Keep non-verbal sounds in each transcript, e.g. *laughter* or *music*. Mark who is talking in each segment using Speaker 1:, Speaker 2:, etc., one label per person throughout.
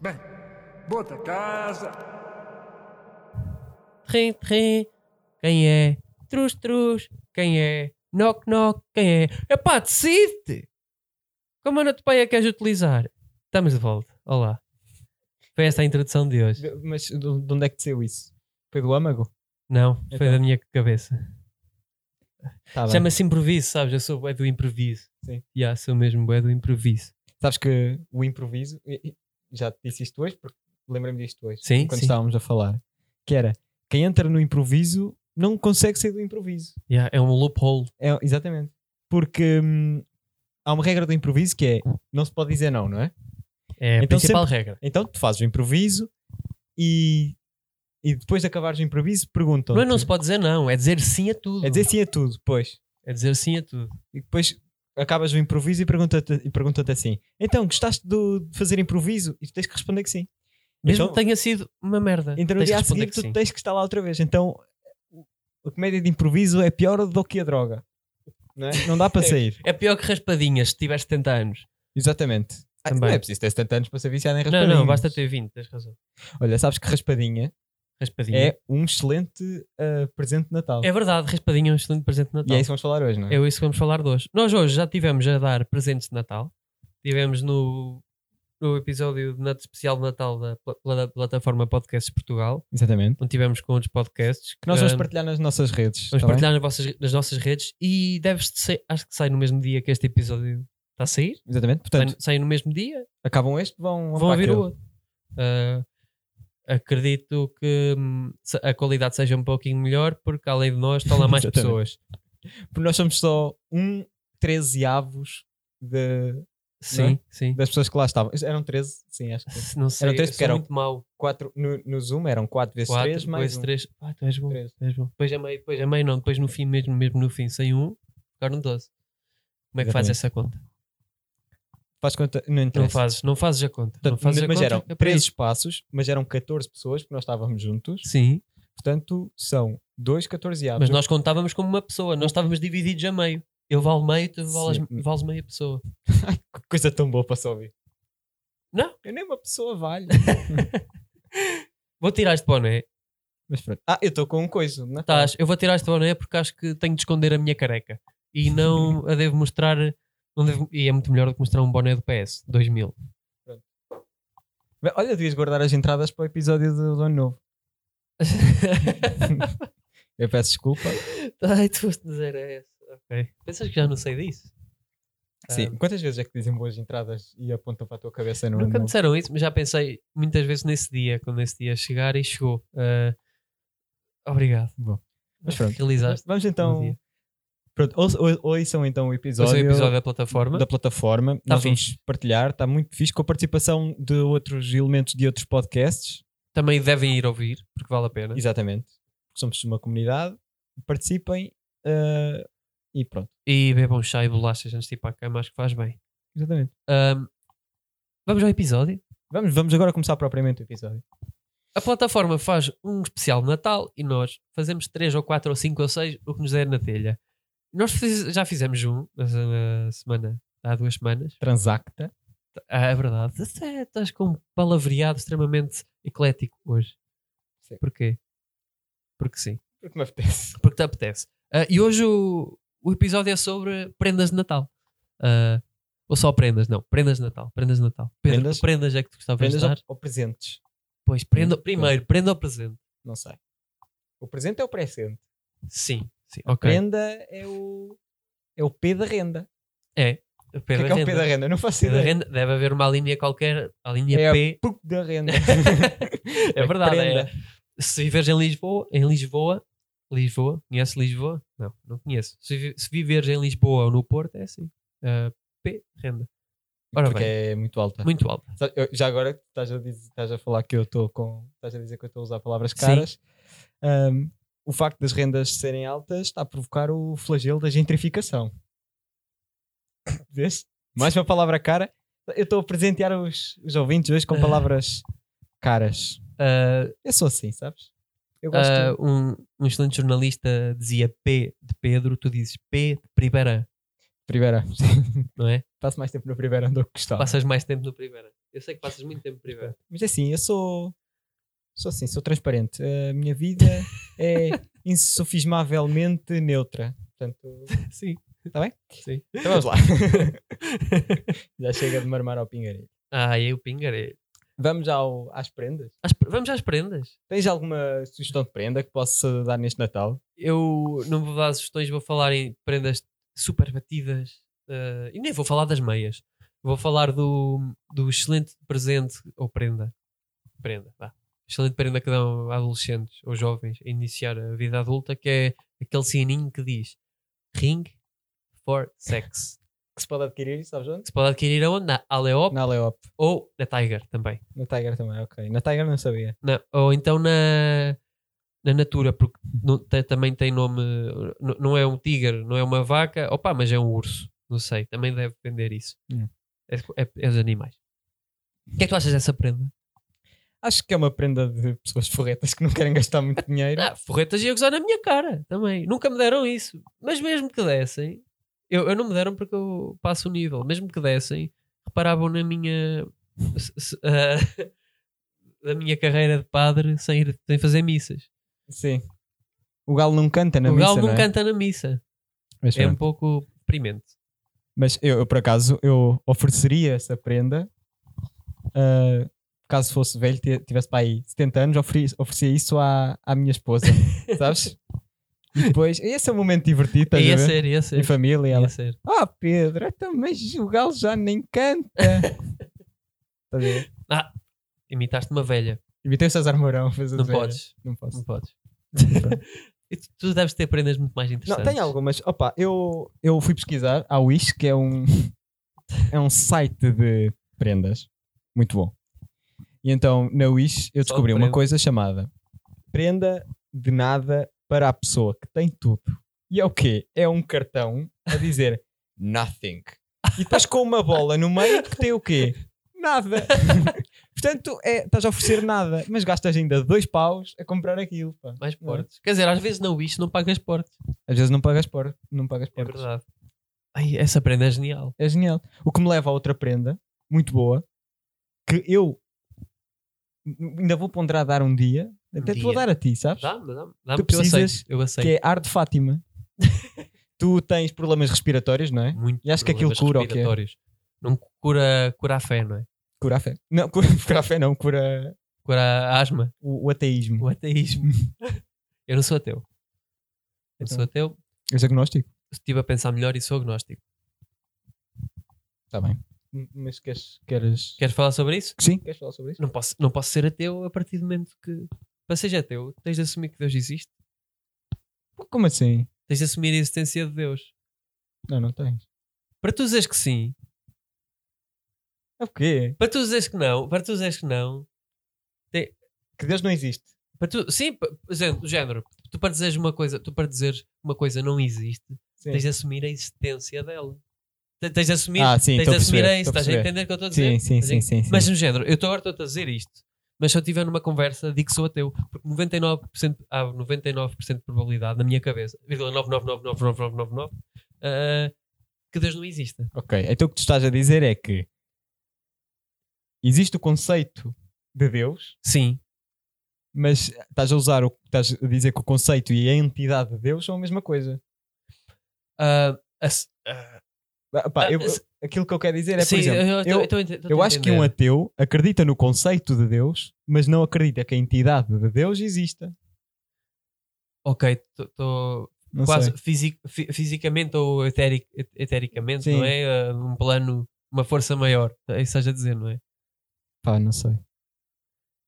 Speaker 1: Bem, vou pra casa.
Speaker 2: Trim, trim. Quem é? Trus, trus. Quem é? Knock, knock. Quem é? Epá, decide-te! Como a notopeia queres utilizar? Estamos de volta. Olá. Foi esta a introdução de hoje.
Speaker 3: Mas de de onde é que te saiu isso? Foi do âmago?
Speaker 2: Não, foi
Speaker 3: Então.
Speaker 2: da minha cabeça.
Speaker 3: Tá bem.
Speaker 2: Chama-se improviso, sabes? Eu sou bué do improviso.
Speaker 3: Sim.
Speaker 2: Yeah, sou mesmo bué do improviso.
Speaker 3: Sabes que o improviso, e- e já te disse isto hoje, porque lembrei-me disto hoje,
Speaker 2: Sim,
Speaker 3: quando
Speaker 2: sim.
Speaker 3: estávamos a falar, que era quem entra no improviso não consegue sair do improviso.
Speaker 2: Yeah, é um loophole.
Speaker 3: É, exatamente. Porque hum, há uma regra do improviso que é não se pode dizer não, não é?
Speaker 2: É a
Speaker 3: Então
Speaker 2: principal regra.
Speaker 3: Então tu fazes o improviso e, e depois de acabares o improviso perguntam.
Speaker 2: Mas não se pode dizer não, é dizer sim a tudo.
Speaker 3: É dizer sim a tudo, pois.
Speaker 2: É dizer sim a tudo.
Speaker 3: E depois acabas o improviso e pergunta-te e pergunta-te assim: então gostaste do- de fazer improviso? E tu tens que responder que sim.
Speaker 2: Mesmo
Speaker 3: Então-
Speaker 2: que tenha sido uma merda.
Speaker 3: Então no
Speaker 2: tens de
Speaker 3: dia a
Speaker 2: responder
Speaker 3: seguir
Speaker 2: que
Speaker 3: tu
Speaker 2: sim.
Speaker 3: tens que estar lá outra vez. Então o- a comédia de improviso é pior do que a droga. Não, *laughs* é? Não dá para sair.
Speaker 2: É pior que raspadinhas se tiveres 70 anos.
Speaker 3: Exatamente. Ah,
Speaker 2: Também.
Speaker 3: não é preciso ter 70 anos para ser viciado em
Speaker 2: Não,
Speaker 3: raspadinha.
Speaker 2: não, basta ter 20, tens razão.
Speaker 3: Olha, sabes que raspadinha
Speaker 2: Raspadinha. É,
Speaker 3: é um excelente ah, presente de Natal.
Speaker 2: verdade, raspadinha é um excelente presente de
Speaker 3: E
Speaker 2: Natal.
Speaker 3: é isso que vamos falar hoje, não é?
Speaker 2: É isso que vamos falar de hoje. Nós hoje já tivemos a dar presentes de Natal. Tivemos no, no episódio de Nat- especial de Natal da, pla- pla- plataforma Podcasts Portugal,
Speaker 3: Exatamente.
Speaker 2: onde tivemos com outros podcasts.
Speaker 3: Que nós vamos
Speaker 2: Ah,
Speaker 3: partilhar nas nossas redes.
Speaker 2: vamos
Speaker 3: tá bem?
Speaker 2: partilhar nas, vossas- nas nossas redes e deves ser, acho que sai no mesmo dia que este episódio está a sair.
Speaker 3: Exatamente.
Speaker 2: Sai,
Speaker 3: Portanto,
Speaker 2: sai no mesmo dia,
Speaker 3: acabam este, vão,
Speaker 2: vão
Speaker 3: para
Speaker 2: ouvir
Speaker 3: aquele.
Speaker 2: o outro. Ah, acredito que hum, se- a qualidade seja um pouquinho melhor, porque além de nós
Speaker 3: *laughs*
Speaker 2: estão lá mais
Speaker 3: Exatamente.
Speaker 2: pessoas.
Speaker 3: Porque nós somos só um 13 avos de, é?
Speaker 2: Sim, sim.
Speaker 3: das pessoas que lá estavam. Eram 13, sim, acho que sim.
Speaker 2: Não sei,
Speaker 3: Eram três
Speaker 2: eu sou
Speaker 3: porque eram-
Speaker 2: muito mau.
Speaker 3: *laughs* Quatro, no, no Zoom eram 4 vezes
Speaker 2: 4,
Speaker 3: 3
Speaker 2: depois
Speaker 3: mais um. 3.
Speaker 2: 3. Ah, tu és bom.
Speaker 3: Três.
Speaker 2: tu és bom. Depois a meio, depois a meio, não, depois no fim, mesmo, mesmo no fim, sem um, ficaram 12. Como é que fazes essa conta?
Speaker 3: Faz conta, não
Speaker 2: Não
Speaker 3: interessa.
Speaker 2: fazes, não fazes a conta. não
Speaker 3: Portanto,
Speaker 2: fazes a
Speaker 3: mas
Speaker 2: conta,
Speaker 3: eram
Speaker 2: é por
Speaker 3: 13
Speaker 2: isso.
Speaker 3: espaços, mas eram 14 pessoas, porque nós estávamos juntos.
Speaker 2: Sim,
Speaker 3: Portanto, são 2 14 avos.
Speaker 2: mas nós contávamos como uma pessoa, nós estávamos divididos a meio. Eu valo meio, tu vales,
Speaker 3: Sim.
Speaker 2: vales meia pessoa.
Speaker 3: Que coisa tão boa para se ouvir.
Speaker 2: Não.
Speaker 3: Eu nem uma pessoa *laughs* valho.
Speaker 2: Vou tirar este boné.
Speaker 3: mas pronto. Ah, eu estou com um coisa. Não é?
Speaker 2: Estás, Tá, eu vou tirar este boné porque acho que tenho de esconder a minha careca. E não a devo mostrar. Não devo, e é muito melhor do que mostrar um boné do PS 2000.
Speaker 3: Bem, Olha, devias guardar as entradas para o episódio do, do ano novo. Eu peço desculpa.
Speaker 2: *laughs* Ai, tu foste dizer é essa. Ok. Pensas que já não sei disso?
Speaker 3: Sim. Quantas vezes é que dizem boas entradas e apontam para a tua cabeça no ano
Speaker 2: Ah, Nunca me
Speaker 3: novo?
Speaker 2: disseram isso, mas já pensei muitas vezes nesse dia, quando esse dia chegar e chegou. Ah, obrigado.
Speaker 3: Bom, mas pronto.
Speaker 2: Realizaste.
Speaker 3: Vamos
Speaker 2: Bom
Speaker 3: então.
Speaker 2: dia.
Speaker 3: Pronto, ou, ou, ouçam então o episódio,
Speaker 2: Foi o episódio da plataforma.
Speaker 3: da plataforma.
Speaker 2: Tá
Speaker 3: Nós
Speaker 2: fixe.
Speaker 3: vamos partilhar, está muito fixe, com a participação de outros elementos de outros podcasts.
Speaker 2: Também devem ir ouvir, porque vale a pena.
Speaker 3: Exatamente. Somos uma comunidade, participem ah, e pronto.
Speaker 2: E bebam chá e bolachas antes de ir para a cama, acho que faz bem.
Speaker 3: Exatamente.
Speaker 2: Ahm, vamos ao episódio.
Speaker 3: Vamos, vamos agora começar propriamente o episódio.
Speaker 2: A plataforma faz um especial de Natal e nós fazemos 3 ou 4 ou 5 ou 6, o que nos der na telha. Nós fiz- já fizemos um na se- na semana, há duas semanas.
Speaker 3: Transacta.
Speaker 2: Ah, é verdade. Até estás com um palavreado extremamente eclético hoje.
Speaker 3: Sim.
Speaker 2: Porquê? Porque sim.
Speaker 3: Porque me apetece.
Speaker 2: Porque te apetece. Ah, e hoje o, o episódio é sobre prendas de Natal. Ah, ou só prendas, não. Prendas de Natal. Prendas de Natal. Pedro,
Speaker 3: Prendas?
Speaker 2: que prendas é que tu gostavas
Speaker 3: Vendas
Speaker 2: de
Speaker 3: ou,
Speaker 2: dar?
Speaker 3: ou presentes?
Speaker 2: Pois, prenda, primeiro, prenda ao presente.
Speaker 3: Não sei. O presente é o presente.
Speaker 2: Sim, sim. Ok.
Speaker 3: Renda é o. É o P da renda.
Speaker 2: O
Speaker 3: O
Speaker 2: P
Speaker 3: que é,
Speaker 2: da
Speaker 3: que é o
Speaker 2: renda.
Speaker 3: P da renda? Não faço
Speaker 2: P da
Speaker 3: ideia.
Speaker 2: renda. Deve haver uma linha qualquer, a linha
Speaker 3: É a
Speaker 2: P.
Speaker 3: PUC da renda.
Speaker 2: *laughs* É verdade,
Speaker 3: Prenda.
Speaker 2: é. Se viveres em Lisboa, em Lisboa, Lisboa, conhece Lisboa? Não, não conheço. Se, vi- se viveres em Lisboa ou no Porto, é assim. Ah, P, renda. Ora
Speaker 3: Porque
Speaker 2: bem,
Speaker 3: é muito alta.
Speaker 2: muito alta.
Speaker 3: Sabe, eu- já agora que estás a, dizer, estás a falar que eu estou com. Estás a dizer que eu estou a usar palavras
Speaker 2: Sim.
Speaker 3: caras. Ahm, o facto das rendas serem altas está a provocar o flagelo da gentrificação. *coughs* Vês? Mais uma palavra cara. Eu estou a presentear os, os ouvintes hoje com
Speaker 2: Ah.
Speaker 3: palavras caras.
Speaker 2: Ah,
Speaker 3: Eu sou assim, sabes? Eu gosto.
Speaker 2: ah, um, um excelente jornalista dizia P de Pedro, tu dizes P de Primeira,
Speaker 3: Primeira. *laughs*
Speaker 2: não é?
Speaker 3: Passo mais tempo no primeiro andou que gostava.
Speaker 2: Passas mais tempo no Primeira. Eu sei que passas muito tempo privado.
Speaker 3: Mas é assim, eu sou. Sou assim, sou transparente. A minha vida é insufismavelmente neutra. Portanto,
Speaker 2: Sim.
Speaker 3: Tá bem?
Speaker 2: Sim.
Speaker 3: então vamos lá. Já chega de marmar ao pingarinho.
Speaker 2: Ah, eu pingarei.
Speaker 3: Vamos ao, às prendas.
Speaker 2: Às pre- Vamos às prendas.
Speaker 3: Tens alguma sugestão de prenda que possa dar neste Natal?
Speaker 2: Eu não vou dar sugestões, vou falar em prendas super batidas eh, e nem vou falar das meias. Vou falar do, do excelente presente ou prenda. Prenda, vá. Excelente prenda que dão a adolescentes ou jovens a iniciar a vida adulta, que é aquele sininho que diz Ring for Sex.
Speaker 3: Que se pode adquirir, sabes onde?
Speaker 2: Que se pode adquirir aonde? Na Aleop
Speaker 3: Na Leop.
Speaker 2: ou na Tiger também.
Speaker 3: Na Tiger também, ok. Na Tiger não sabia.
Speaker 2: Na- ou então na, na Natura, porque não tem- também tem nome. n- Não é um tigre, não é uma vaca, opa, mas é um urso. Não sei, também deve vender isso.
Speaker 3: Hum.
Speaker 2: É, é- é os animais. O que é que tu achas dessa prenda?
Speaker 3: Acho que é uma prenda de pessoas forretas que não querem gastar muito dinheiro.
Speaker 2: Ah, forretas ia gozar na minha cara também. Nunca me deram isso. Mas mesmo que dessem, eu, eu não me deram porque eu passo o nível. Mesmo que dessem, reparavam na minha. se- se- ah, *laughs* da minha carreira de padre sem, ir, sem fazer missas.
Speaker 3: Sim. O galo não canta na
Speaker 2: o
Speaker 3: missa,
Speaker 2: Galo não
Speaker 3: é?
Speaker 2: canta na missa.
Speaker 3: Mas,
Speaker 2: É um
Speaker 3: pronto.
Speaker 2: pouco deprimente.
Speaker 3: Mas eu, eu, por acaso, eu ofereceria essa prenda. ah, caso fosse velho, ti- tivesse para aí 70 anos, oferi- oferecia isso à, à
Speaker 2: *laughs*
Speaker 3: minha esposa, sabes? E depois, esse é um momento divertido, estás
Speaker 2: Ia
Speaker 3: a ver?
Speaker 2: ser, ia ser.
Speaker 3: Em família, ela.
Speaker 2: Ia ser.
Speaker 3: Ah, Pedro, então, mas o galo já nem
Speaker 2: *laughs*
Speaker 3: canta. Estás a ver?
Speaker 2: Imitaste uma velha.
Speaker 3: Evitei o César Mourão fazer
Speaker 2: Não
Speaker 3: zoeira.
Speaker 2: podes.
Speaker 3: Não
Speaker 2: Não
Speaker 3: posso.
Speaker 2: podes. E tu, tu deves ter prendas muito mais
Speaker 3: Não,
Speaker 2: interessantes.
Speaker 3: tem algumas. Opa, eu, eu fui pesquisar a Wish, que é um, *laughs* é um site de prendas. Muito bom. E então, na Wish, eu
Speaker 2: Só
Speaker 3: descobri uma
Speaker 2: prenda.
Speaker 3: coisa chamada prenda de nada para a pessoa que tem tudo. E é o quê? É um cartão
Speaker 2: *laughs*
Speaker 3: a dizer nothing. E depois com uma bola no meio que tem o quê?
Speaker 2: *laughs*
Speaker 3: Nada. Portanto, é, estás a oferecer nada, mas gastas ainda dois paus a comprar aquilo. pá.
Speaker 2: Mais
Speaker 3: Não é?
Speaker 2: portes. Quer dizer, às vezes não isto, não pagas portes.
Speaker 3: Às vezes não pagas por, não pagas
Speaker 2: É
Speaker 3: portas.
Speaker 2: verdade. Ai, essa prenda é genial.
Speaker 3: É genial. O que me leva a outra prenda, muito boa, que eu ainda vou ponderar dar um dia, até te vou
Speaker 2: dia.
Speaker 3: dar a ti, sabes?
Speaker 2: Dá-me, dá-me. dá-me
Speaker 3: Tu
Speaker 2: que eu
Speaker 3: precisas
Speaker 2: aceito. Eu aceito.
Speaker 3: Que é ar
Speaker 2: *laughs*
Speaker 3: de Fátima. tu tens problemas respiratórios, não é?
Speaker 2: Muito
Speaker 3: E acho que aquilo
Speaker 2: problemas
Speaker 3: cura o quê?
Speaker 2: respiratórios. Não cura, cura a fé, não é?
Speaker 3: Cura a fé. Não, cura, *laughs* cura a fé, não, cura
Speaker 2: Cura a asma,
Speaker 3: o, o ateísmo.
Speaker 2: o
Speaker 3: *laughs*
Speaker 2: ateísmo. eu não sou ateu. Eu não
Speaker 3: Então.
Speaker 2: sou ateu.
Speaker 3: És agnóstico?
Speaker 2: Estive a pensar melhor e sou agnóstico. Tá
Speaker 3: Está bem. M- Mas queres. queres...
Speaker 2: Queres falar sobre isso?
Speaker 3: Sim? Queres falar sobre isso?
Speaker 2: não posso, não posso ser ateu a partir do momento que. Para seres ateu, tens de assumir que Deus existe.
Speaker 3: Pô, Como assim?
Speaker 2: Tens de assumir a existência de Deus.
Speaker 3: Não, não tens.
Speaker 2: Para tu dizeres que sim,
Speaker 3: É o quê?
Speaker 2: para tu dizeres que não, para tu dizeres que não,
Speaker 3: Que Deus não existe.
Speaker 2: para tu. Sim, pa- por exemplo, do género. Tu para dizeres uma coisa, tu para dizeres uma coisa não existe,
Speaker 3: Sim.
Speaker 2: tens de assumir a existência dela. Te- Tens de assumir,
Speaker 3: Ah, sim,
Speaker 2: tens
Speaker 3: estou
Speaker 2: de
Speaker 3: a
Speaker 2: assumir
Speaker 3: perceber,
Speaker 2: a isso,
Speaker 3: estou a
Speaker 2: estás a
Speaker 3: perceber.
Speaker 2: entender o que eu estou a dizer?
Speaker 3: Sim, sim,
Speaker 2: Estás a
Speaker 3: sim, sim, sim.
Speaker 2: Mas no género, eu tô- agora estou a dizer isto, mas se eu estiver numa conversa, digo que sou ateu, porque 99%, há 99% de probabilidade na minha cabeça, 9999999, ah, que Deus não exista.
Speaker 3: Ok, então o que tu estás a dizer é que existe o conceito de Deus,
Speaker 2: Sim,
Speaker 3: mas estás a usar o estás a dizer que o conceito e a entidade de Deus são a mesma coisa.
Speaker 2: Ah, a s- ah,
Speaker 3: Ah, pá,
Speaker 2: Ah,
Speaker 3: eu-
Speaker 2: se-
Speaker 3: aquilo que eu quero dizer é,
Speaker 2: sim,
Speaker 3: por exemplo,
Speaker 2: eu,
Speaker 3: eu,
Speaker 2: eu, tô a ente- tô a
Speaker 3: eu acho que um
Speaker 2: entender.
Speaker 3: ateu acredita no conceito de Deus, mas não acredita que a entidade de Deus exista.
Speaker 2: Ok, estou
Speaker 3: Não
Speaker 2: quase
Speaker 3: sei.
Speaker 2: fisi- fi- fisicamente ou eteri- et- etericamente,
Speaker 3: Sim.
Speaker 2: não é? Ah, um plano, uma força maior, é isso que estás a dizer, não é?
Speaker 3: Pá, não sei.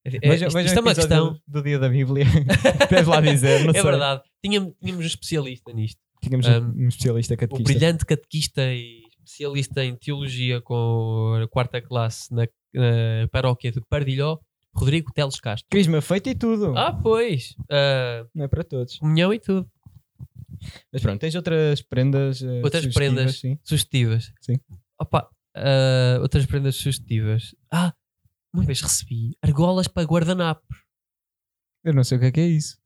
Speaker 2: É-
Speaker 3: Veja-
Speaker 2: isto
Speaker 3: veja
Speaker 2: isto é
Speaker 3: o
Speaker 2: uma
Speaker 3: episódio
Speaker 2: questão.
Speaker 3: do, do dia da Bíblia. *laughs* Tens lá a dizer,
Speaker 2: *laughs*
Speaker 3: não
Speaker 2: é
Speaker 3: sei.
Speaker 2: verdade. Tínhamos, tínhamos um especialista nisto.
Speaker 3: Tínhamos
Speaker 2: Um,
Speaker 3: um especialista
Speaker 2: Um
Speaker 3: catequista.
Speaker 2: brilhante catequista e especialista em teologia com a quarta classe na, na paróquia de Pardilhó, Rodrigo Teles Castro.
Speaker 3: Crisma feito e tudo.
Speaker 2: Ah, pois. Ah,
Speaker 3: Não é para todos.
Speaker 2: comunhão e tudo.
Speaker 3: Mas pronto, tens outras prendas. eh,
Speaker 2: Outras
Speaker 3: sugestivas,
Speaker 2: prendas
Speaker 3: Sim.
Speaker 2: sugestivas.
Speaker 3: Sim.
Speaker 2: Opa, ah, outras prendas sugestivas. Ah, uma vez recebi argolas para guardanapos.
Speaker 3: Eu não sei o que é que é isso.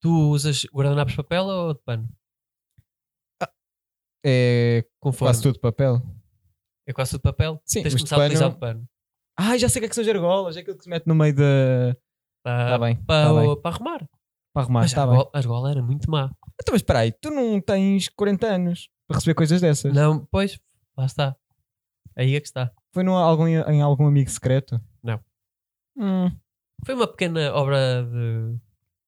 Speaker 2: Tu usas guardanapos de papel ou de pano?
Speaker 3: É
Speaker 2: Conforme.
Speaker 3: quase tudo É papel.
Speaker 2: É É quase tudo papel.
Speaker 3: Sim,
Speaker 2: Tens de
Speaker 3: mas
Speaker 2: começar a
Speaker 3: pano-
Speaker 2: utilizar o pano.
Speaker 3: Ah, já sei o que é que são gergolas, é aquilo que se mete no meio da. Tá bem,
Speaker 2: Para,
Speaker 3: tá bem.
Speaker 2: para arrumar.
Speaker 3: para arrumar.
Speaker 2: Ah. Mas tá
Speaker 3: Está
Speaker 2: a,
Speaker 3: bem.
Speaker 2: argola, a argola era muito má.
Speaker 3: Então, mas espera aí, tu não tens 40 anos para receber coisas dessas?
Speaker 2: Não, pois, lá está. Aí é que está.
Speaker 3: Foi num, algum, em algum amigo secreto?
Speaker 2: Não.
Speaker 3: Hum,
Speaker 2: Foi uma pequena obra de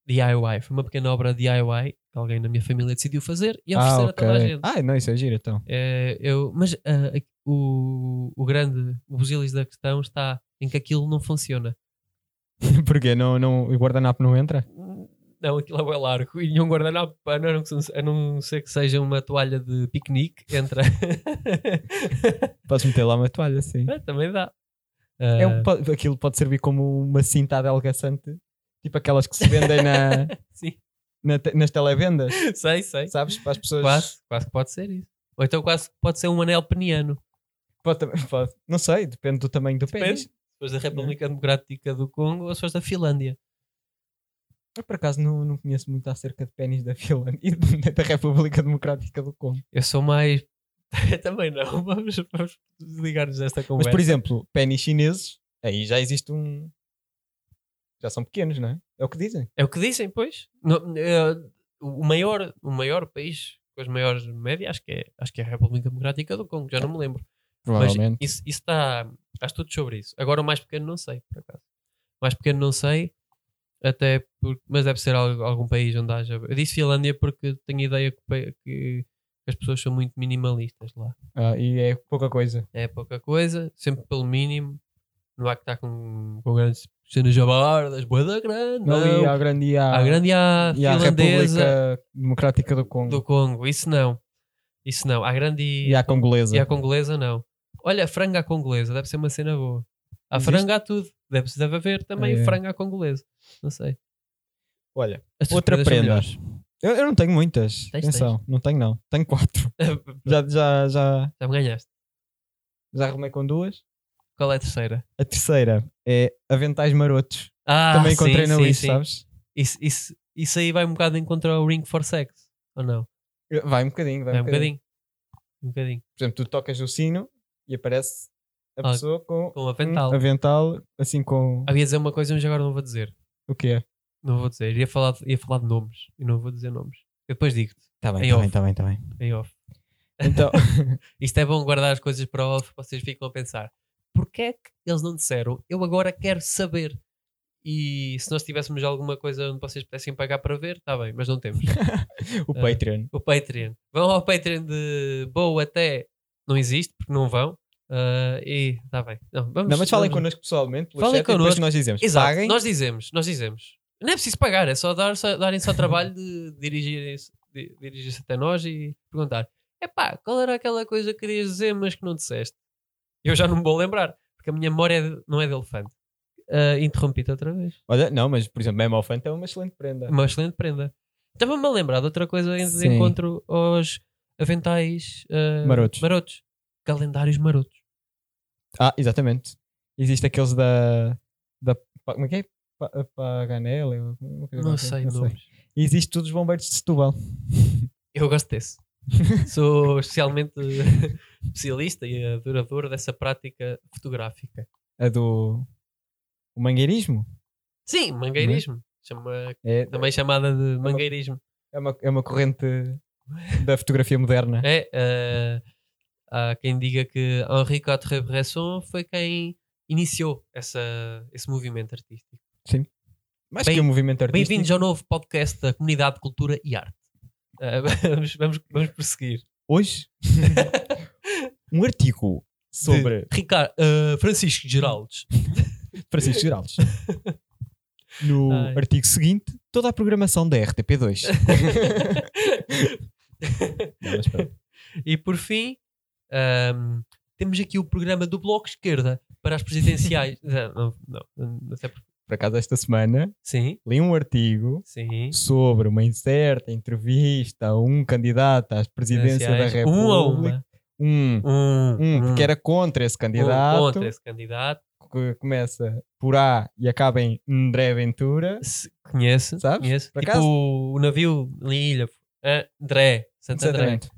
Speaker 2: DIY. Foi uma pequena obra DIY que alguém na minha família decidiu fazer e
Speaker 3: ah,
Speaker 2: oferecer a toda a
Speaker 3: ok.
Speaker 2: gente.
Speaker 3: Ah, não, isso é giro então. *laughs*
Speaker 2: Eh, eu, mas ah, aqui- o, o grande, o busilis da questão está em que aquilo não funciona.
Speaker 3: Porquê? Não, não, o guardanapo não entra?
Speaker 2: Não, aquilo é bué largo e nenhum guardanapo, de pano, a não, ser- a não ser que seja uma toalha de piquenique, entra. *laughs*
Speaker 3: Podes meter lá uma toalha, sim.
Speaker 2: Ah, Também dá.
Speaker 3: É um,
Speaker 2: Ah,
Speaker 3: po- aquilo pode servir como uma cinta adelgaçante, tipo aquelas que se vendem
Speaker 2: *laughs*
Speaker 3: na,
Speaker 2: Sim,
Speaker 3: na te- nas televendas,
Speaker 2: sei, sei.
Speaker 3: sabes? Para as pessoas.
Speaker 2: Quase, quase que pode ser isso. Ou então quase que pode ser um anel peniano.
Speaker 3: Pode também- *laughs* pode. Não sei, depende do tamanho do
Speaker 2: Depende.
Speaker 3: pênis.
Speaker 2: Se fores da República Democrática do Congo ou se fores da Finlândia.
Speaker 3: Eu, por acaso, não, não conheço muito acerca de pênis da Finlândia *laughs* e da República Democrática do Congo.
Speaker 2: Eu sou mais. *laughs* Também não. *laughs* Vamos, vamos desligar-nos desta
Speaker 3: Mas,
Speaker 2: conversa.
Speaker 3: por exemplo, pênis chineses, aí já existe um. Já são pequenos, não é? É o que dizem.
Speaker 2: É o que dizem, pois. No- eh, o, maior, o maior país com as maiores médias acho que, é, acho que é a República Democrática do Congo, já não me lembro. Mas
Speaker 3: Provavelmente.
Speaker 2: isso, isso está. Há estudos sobre isso. Agora o mais pequeno não sei, por acaso. O mais pequeno não sei, até porque. Mas deve ser al- algum país onde haja. Eu disse Finlândia porque tenho ideia que, o pa- que as pessoas são muito minimalistas lá.
Speaker 3: Ah, e é pouca coisa.
Speaker 2: É pouca coisa, sempre pelo mínimo. Não há que estar com, com grandes cenas jabardas, boa da grande.
Speaker 3: Não,
Speaker 2: não.
Speaker 3: e à grande e à,
Speaker 2: A grande e a
Speaker 3: e à
Speaker 2: finlandesa
Speaker 3: República Democrática do Congo.
Speaker 2: do Congo, isso não. Isso não. A grande e,
Speaker 3: E à congolesa.
Speaker 2: e a congolesa, não. Olha, franga à congolesa, deve ser uma cena boa. A
Speaker 3: Existe?
Speaker 2: franga a tudo. Deve, deve haver também
Speaker 3: É.
Speaker 2: franga à congolesa. Não sei.
Speaker 3: Olha,
Speaker 2: As tuas
Speaker 3: outra prenda.
Speaker 2: prendas são
Speaker 3: Eu, eu não tenho muitas.
Speaker 2: Tens,
Speaker 3: Atenção, não tenho não. Tenho quatro.
Speaker 2: *laughs* melhores.
Speaker 3: Já, já, já,
Speaker 2: Já me ganhaste.
Speaker 3: já arrumei com duas.
Speaker 2: Qual é a terceira?
Speaker 3: A terceira é aventais marotos.
Speaker 2: Ah,
Speaker 3: Também encontrei
Speaker 2: sim,
Speaker 3: na
Speaker 2: sim,
Speaker 3: lista,
Speaker 2: sim.
Speaker 3: sabes?
Speaker 2: Isso, isso, isso aí vai um bocado encontrar o Ring for Sex. Ou não?
Speaker 3: Vai um bocadinho, vai
Speaker 2: Vai um bocadinho. Um bocadinho.
Speaker 3: Por exemplo, tu tocas o sino e aparece a
Speaker 2: Ah,
Speaker 3: pessoa com
Speaker 2: Com Ah. a
Speaker 3: avental.
Speaker 2: vental.
Speaker 3: avental, assim com...
Speaker 2: Havia dizer uma coisa, mas agora não vou dizer.
Speaker 3: O que é?
Speaker 2: Não vou dizer. Ia falar, ia falar de nomes. E não vou dizer nomes. Eu depois digo-te.
Speaker 3: Tá bem,
Speaker 2: Em
Speaker 3: tá
Speaker 2: off.
Speaker 3: bem, tá bem, tá bem.
Speaker 2: Em off. *laughs*
Speaker 3: Então,
Speaker 2: Isto é bom guardar as coisas para off, vocês ficam a pensar: porquê é que eles não disseram? Eu agora quero saber. E se nós tivéssemos alguma coisa onde vocês pudessem pagar para ver, está bem, mas não
Speaker 3: *laughs*
Speaker 2: temos.
Speaker 3: o
Speaker 2: Ah.
Speaker 3: Patreon.
Speaker 2: O Patreon. Vão ao Patreon de Boa até. Não existe, porque não vão. Ah, e está bem. Não, vamos,
Speaker 3: Não, mas falem
Speaker 2: vamos-
Speaker 3: connosco pessoalmente, pelo
Speaker 2: Falem
Speaker 3: chat, e depois
Speaker 2: connosco.
Speaker 3: nós dizemos.
Speaker 2: Exato,
Speaker 3: Paguem.
Speaker 2: nós dizemos, nós dizemos. Não é preciso pagar, é só, dar, só darem só trabalho de *laughs* dirigirem-se de- dirigir-se até nós e perguntar: epá, qual era aquela coisa que querias dizer, mas que não disseste? Eu já não me vou lembrar, porque a minha memória é de- não é de elefante. Ah, Interrompi-te outra vez.
Speaker 3: Olha, não, mas por exemplo, Memo Fanta é uma excelente prenda.
Speaker 2: Uma excelente prenda. Estava-me a lembrar de outra coisa antes de
Speaker 3: Sim.
Speaker 2: encontro aos aventais ah,
Speaker 3: Marotos.
Speaker 2: marotos. Calendários marotos.
Speaker 3: Ah, exatamente. Existe aqueles da. da pa- como é que é? Pa- Paganelli? ou uma coisa
Speaker 2: Não
Speaker 3: assim,
Speaker 2: sei nomes.
Speaker 3: E Existe tudo os bombeiros de Setúbal.
Speaker 2: Eu gosto
Speaker 3: *laughs*
Speaker 2: desse. Sou especialmente especialista e adorador dessa prática fotográfica.
Speaker 3: A do. O mangueirismo?
Speaker 2: Sim, mangueirismo. Chama-
Speaker 3: É,
Speaker 2: também chamada de mangueirismo.
Speaker 3: é, uma, é uma corrente da fotografia moderna.
Speaker 2: É, eh, há quem diga que Henri Quatre Bresson foi quem iniciou essa, esse movimento artístico.
Speaker 3: Mais
Speaker 2: Bem-
Speaker 3: que um movimento artístico.
Speaker 2: Bem-vindos ao novo podcast da Comunidade de Cultura e Arte. Eh, *laughs* vamos, vamos, vamos prosseguir. *laughs*
Speaker 3: Hoje, um artigo sobre
Speaker 2: De Ricardo, eh, Francisco Geraldes.
Speaker 3: Francisco Geraldes. No
Speaker 2: Ai.
Speaker 3: artigo seguinte, toda a programação da
Speaker 2: *laughs*
Speaker 3: RTP2. Não, mas pronto.
Speaker 2: E por fim, ahm, temos aqui o programa do Bloco Esquerda para as
Speaker 3: *laughs*
Speaker 2: presidenciais. não, não, não, até porque-
Speaker 3: Por acaso, esta semana,
Speaker 2: Sim,
Speaker 3: li um artigo
Speaker 2: sim.
Speaker 3: sobre uma incerta entrevista a um candidato à presidência da
Speaker 2: Presidenciais.
Speaker 3: República.
Speaker 2: Um a uma.
Speaker 3: Um,
Speaker 2: Um,
Speaker 3: um, porque era contra esse candidato,
Speaker 2: contra esse candidato.
Speaker 3: que começa por A e acaba em André Ventura.
Speaker 2: Se- Conhece?
Speaker 3: Sabes?
Speaker 2: Conhece?
Speaker 3: Por
Speaker 2: Tipo
Speaker 3: acaso-
Speaker 2: o navio na ilha. André. Santo André.
Speaker 3: Exatamente.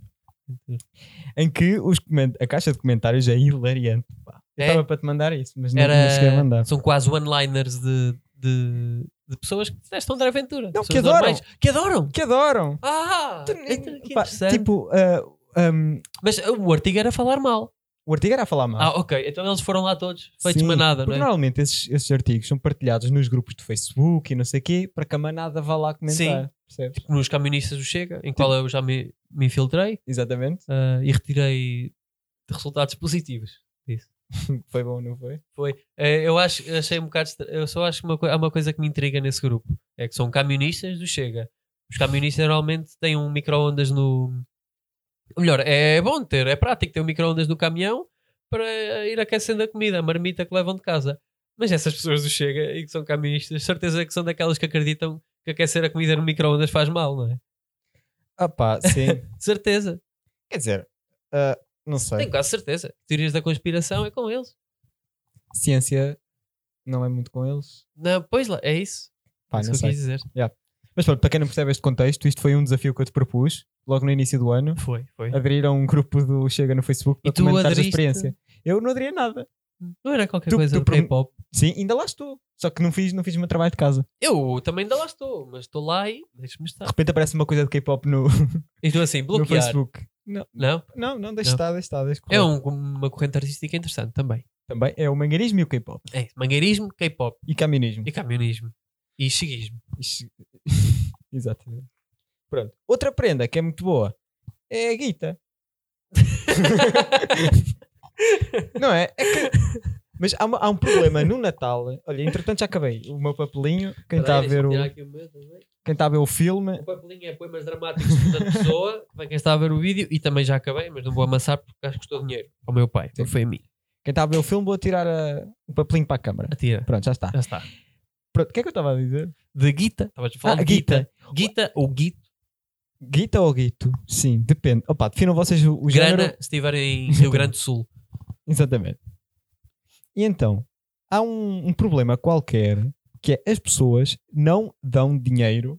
Speaker 3: Em que os comen- a caixa de comentários é hilariante. pá. Eu
Speaker 2: É?
Speaker 3: estava para te mandar isso, mas não, não cheguei a
Speaker 2: Era,
Speaker 3: mandar.
Speaker 2: são quase one-liners de, de, de pessoas que estão da aventura.
Speaker 3: Não, que
Speaker 2: pessoas
Speaker 3: adoram.
Speaker 2: normais, que adoram.
Speaker 3: Que adoram!
Speaker 2: Ah,
Speaker 3: Tu-
Speaker 2: então, que
Speaker 3: pá,
Speaker 2: interessante.
Speaker 3: tipo, ah, um,
Speaker 2: Mas ah, o artigo era falar mal.
Speaker 3: o artigo era a falar mal.
Speaker 2: Ah, ok. Então eles foram lá todos, feitos
Speaker 3: Sim,
Speaker 2: manada,
Speaker 3: porque
Speaker 2: não é?
Speaker 3: Normalmente esses, esses artigos são partilhados nos grupos do Facebook e não sei o quê, para que a manada vá lá comentar. Percebes?
Speaker 2: Nos camionistas do Chega, em qual eu já me, me infiltrei
Speaker 3: Exatamente. *laughs*
Speaker 2: ah, e retirei resultados positivos.
Speaker 3: Foi bom, não foi?
Speaker 2: Eh, Eu acho, eu achei um bocado. estra- Eu só acho que uma, co- há uma coisa que me intriga nesse grupo: é que são camionistas do Chega. Os camionistas normalmente têm um micro-ondas no. ou Melhor, é bom ter, é prático ter um micro-ondas no caminhão para ir aquecendo a comida, a marmita que levam de casa. Mas essas pessoas do Chega e que são camionistas, certeza que são daquelas que acreditam que aquecer a comida no micro-ondas faz mal, não é?
Speaker 3: Ah pá, sim.
Speaker 2: De certeza.
Speaker 3: Quer dizer, ah, não sei.
Speaker 2: Tenho quase certeza. Teorias da conspiração é com eles.
Speaker 3: Ciência não é muito com eles.
Speaker 2: Não, pois lá, é isso.
Speaker 3: Pá,
Speaker 2: é isso
Speaker 3: não
Speaker 2: que eu
Speaker 3: sei.
Speaker 2: quis dizer.
Speaker 3: Mas pronto, para quem não percebe este contexto, isto foi um desafio que eu te propus logo no início do ano.
Speaker 2: Foi, foi.
Speaker 3: Aderir a um grupo do Chega no Facebook
Speaker 2: E
Speaker 3: para
Speaker 2: tu
Speaker 3: comentar a
Speaker 2: aderiste?
Speaker 3: experiência. Eu não aderi a nada.
Speaker 2: Não era qualquer
Speaker 3: Tu-
Speaker 2: coisa
Speaker 3: tu
Speaker 2: do
Speaker 3: pergun-
Speaker 2: K-pop.
Speaker 3: Sim, ainda lá estou. Só que não fiz, não fiz o meu trabalho de casa.
Speaker 2: Eu também ainda lá estou, mas estou lá e deixa-me
Speaker 3: De
Speaker 2: estar.
Speaker 3: repente aparece uma coisa de K-pop no, no
Speaker 2: E estou assim, bloquear.
Speaker 3: Facebook. Não,
Speaker 2: Não?
Speaker 3: não, não deixa
Speaker 2: Não.
Speaker 3: estar, deixa estar. Deixa
Speaker 2: É
Speaker 3: correr.
Speaker 2: um- uma corrente artística interessante também.
Speaker 3: Também é o mangarismo e o K-pop.
Speaker 2: É isso, mangueirismo, K-pop
Speaker 3: E camionismo.
Speaker 2: e camionismo e xiguismo.
Speaker 3: Ixi. *laughs* Exatamente. Pronto. Outra prenda que é muito boa é a guita. *laughs* não é? É que- Mas há, uma- há um problema no Natal. Olha, entretanto já acabei o meu papelinho. Quem está a, ver o-
Speaker 2: um é? O
Speaker 3: quem tá a ver o filme.
Speaker 2: papelinho é poemas dramáticos da pessoa, para quem está a ver o vídeo, e também já acabei, mas não vou amassar porque acho que custou dinheiro ao meu pai. Não foi a mim.
Speaker 3: Quem está a ver o filme, vou tirar a- o papelinho para a câmara.
Speaker 2: Atira.
Speaker 3: Pronto, já está.
Speaker 2: Já está.
Speaker 3: Pronto, o que é que eu estava a dizer?
Speaker 2: De Guita. Estavas a falar
Speaker 3: Ah,
Speaker 2: de Guita. Guita ou Guito.
Speaker 3: Guita ou guito? Sim, depende. Opa, definam vocês o, o
Speaker 2: Grana,
Speaker 3: género.
Speaker 2: se estiver em Rio Grande do Sul.
Speaker 3: Exatamente. E então, há um, um problema qualquer que é as pessoas não dão dinheiro,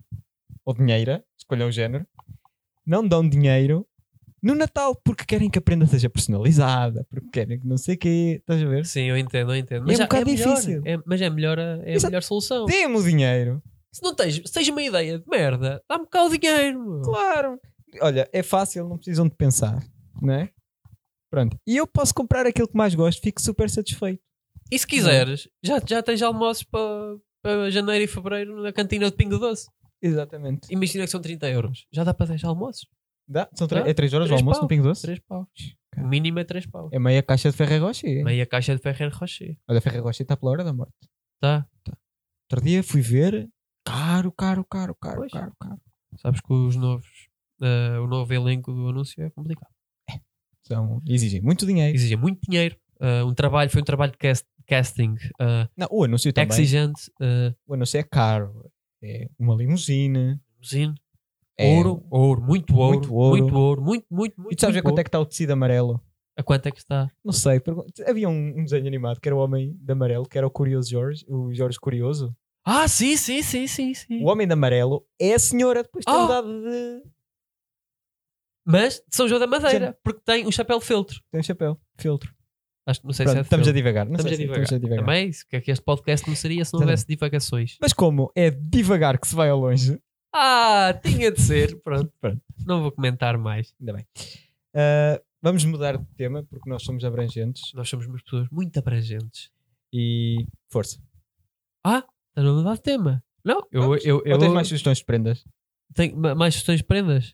Speaker 3: ou dinheira, escolham o género, não dão dinheiro no Natal porque querem que a prenda seja personalizada, porque querem que não sei o quê, estás a ver?
Speaker 2: Sim, eu entendo, eu entendo.
Speaker 3: É um
Speaker 2: já-
Speaker 3: bocado
Speaker 2: melhor,
Speaker 3: difícil.
Speaker 2: é- mas é, melhor a, é a
Speaker 3: Exato.
Speaker 2: melhor solução.
Speaker 3: Dê-me o dinheiro,
Speaker 2: Se não tens, se tens uma ideia de merda, dá-me cá o dinheiro. meu.
Speaker 3: claro. Olha, é fácil, não precisam de pensar, não é? Pronto. E eu posso comprar aquilo que mais gosto, fico super satisfeito.
Speaker 2: E se quiseres, já, já tens almoços para, para janeiro e fevereiro na cantina de Pingo Doce.
Speaker 3: Exatamente.
Speaker 2: Imagina que são 30 euros. Já dá para 10 almoços?
Speaker 3: Dá? São tre-
Speaker 2: Dá?
Speaker 3: é 3 horas o
Speaker 2: Três
Speaker 3: almoço
Speaker 2: pau.
Speaker 3: no Pingo Doce?
Speaker 2: 3 pau. O mínimo é 3 pau.
Speaker 3: É meia caixa de Ferreira Rocher.
Speaker 2: Meia caixa de Ferreiro Rocher.
Speaker 3: Olha, Ferreira Rocher está pela hora da morte.
Speaker 2: Tá?
Speaker 3: Outro dia fui ver. Caro, caro, caro, caro,
Speaker 2: Pois.
Speaker 3: caro, caro.
Speaker 2: Sabes que os novos. ah, o novo elenco do anúncio é complicado.
Speaker 3: Então, exigem muito dinheiro.
Speaker 2: Exige muito dinheiro. ah, um trabalho, foi um trabalho de cast- casting ah,
Speaker 3: Não, o anúncio também.
Speaker 2: exigente. ah,
Speaker 3: O anúncio é caro. É uma limusine.
Speaker 2: usino.
Speaker 3: É-
Speaker 2: Ouro, ouro, muito ouro, muito
Speaker 3: Muito ouro.
Speaker 2: ouro, muito, muito, muito,
Speaker 3: E tu sabes a
Speaker 2: muito
Speaker 3: quanto é
Speaker 2: ouro.
Speaker 3: que está o tecido amarelo?
Speaker 2: A quanto é que está?
Speaker 3: Não sei. pergun- Havia um, um desenho animado que era o Homem de Amarelo, que era o Curioso Jorge, o Jorge Curioso.
Speaker 2: Ah, sim, sim, sim, sim, sim.
Speaker 3: O Homem de Amarelo é a senhora depois de ter
Speaker 2: Ah!
Speaker 3: mudado de.
Speaker 2: Mas de São João da Madeira, porque tem um chapéu de filtro.
Speaker 3: Tem um chapéu, filtro.
Speaker 2: Acho que não sei
Speaker 3: Pronto,
Speaker 2: se é de
Speaker 3: estamos a
Speaker 2: filtro.
Speaker 3: divagar. Não
Speaker 2: Estamos
Speaker 3: sei
Speaker 2: a
Speaker 3: se
Speaker 2: divagar.
Speaker 3: Estamos a divagar.
Speaker 2: Também, isso, que é que este podcast não seria se não
Speaker 3: Tá bem.
Speaker 2: houvesse divagações.
Speaker 3: Mas como é divagar que se vai ao longe,
Speaker 2: Ah, tinha de ser, pronto.
Speaker 3: Pronto.
Speaker 2: Não vou comentar mais.
Speaker 3: Ainda bem. Ah, vamos mudar de tema porque nós somos abrangentes
Speaker 2: Nós somos umas pessoas muito abrangentes.
Speaker 3: e força.
Speaker 2: Estás a mudar de tema? Não, eu,
Speaker 3: Vamos.
Speaker 2: eu, eu,
Speaker 3: Ou tens mais sugestões de prendas?
Speaker 2: tenho ma- mais sugestões de prendas?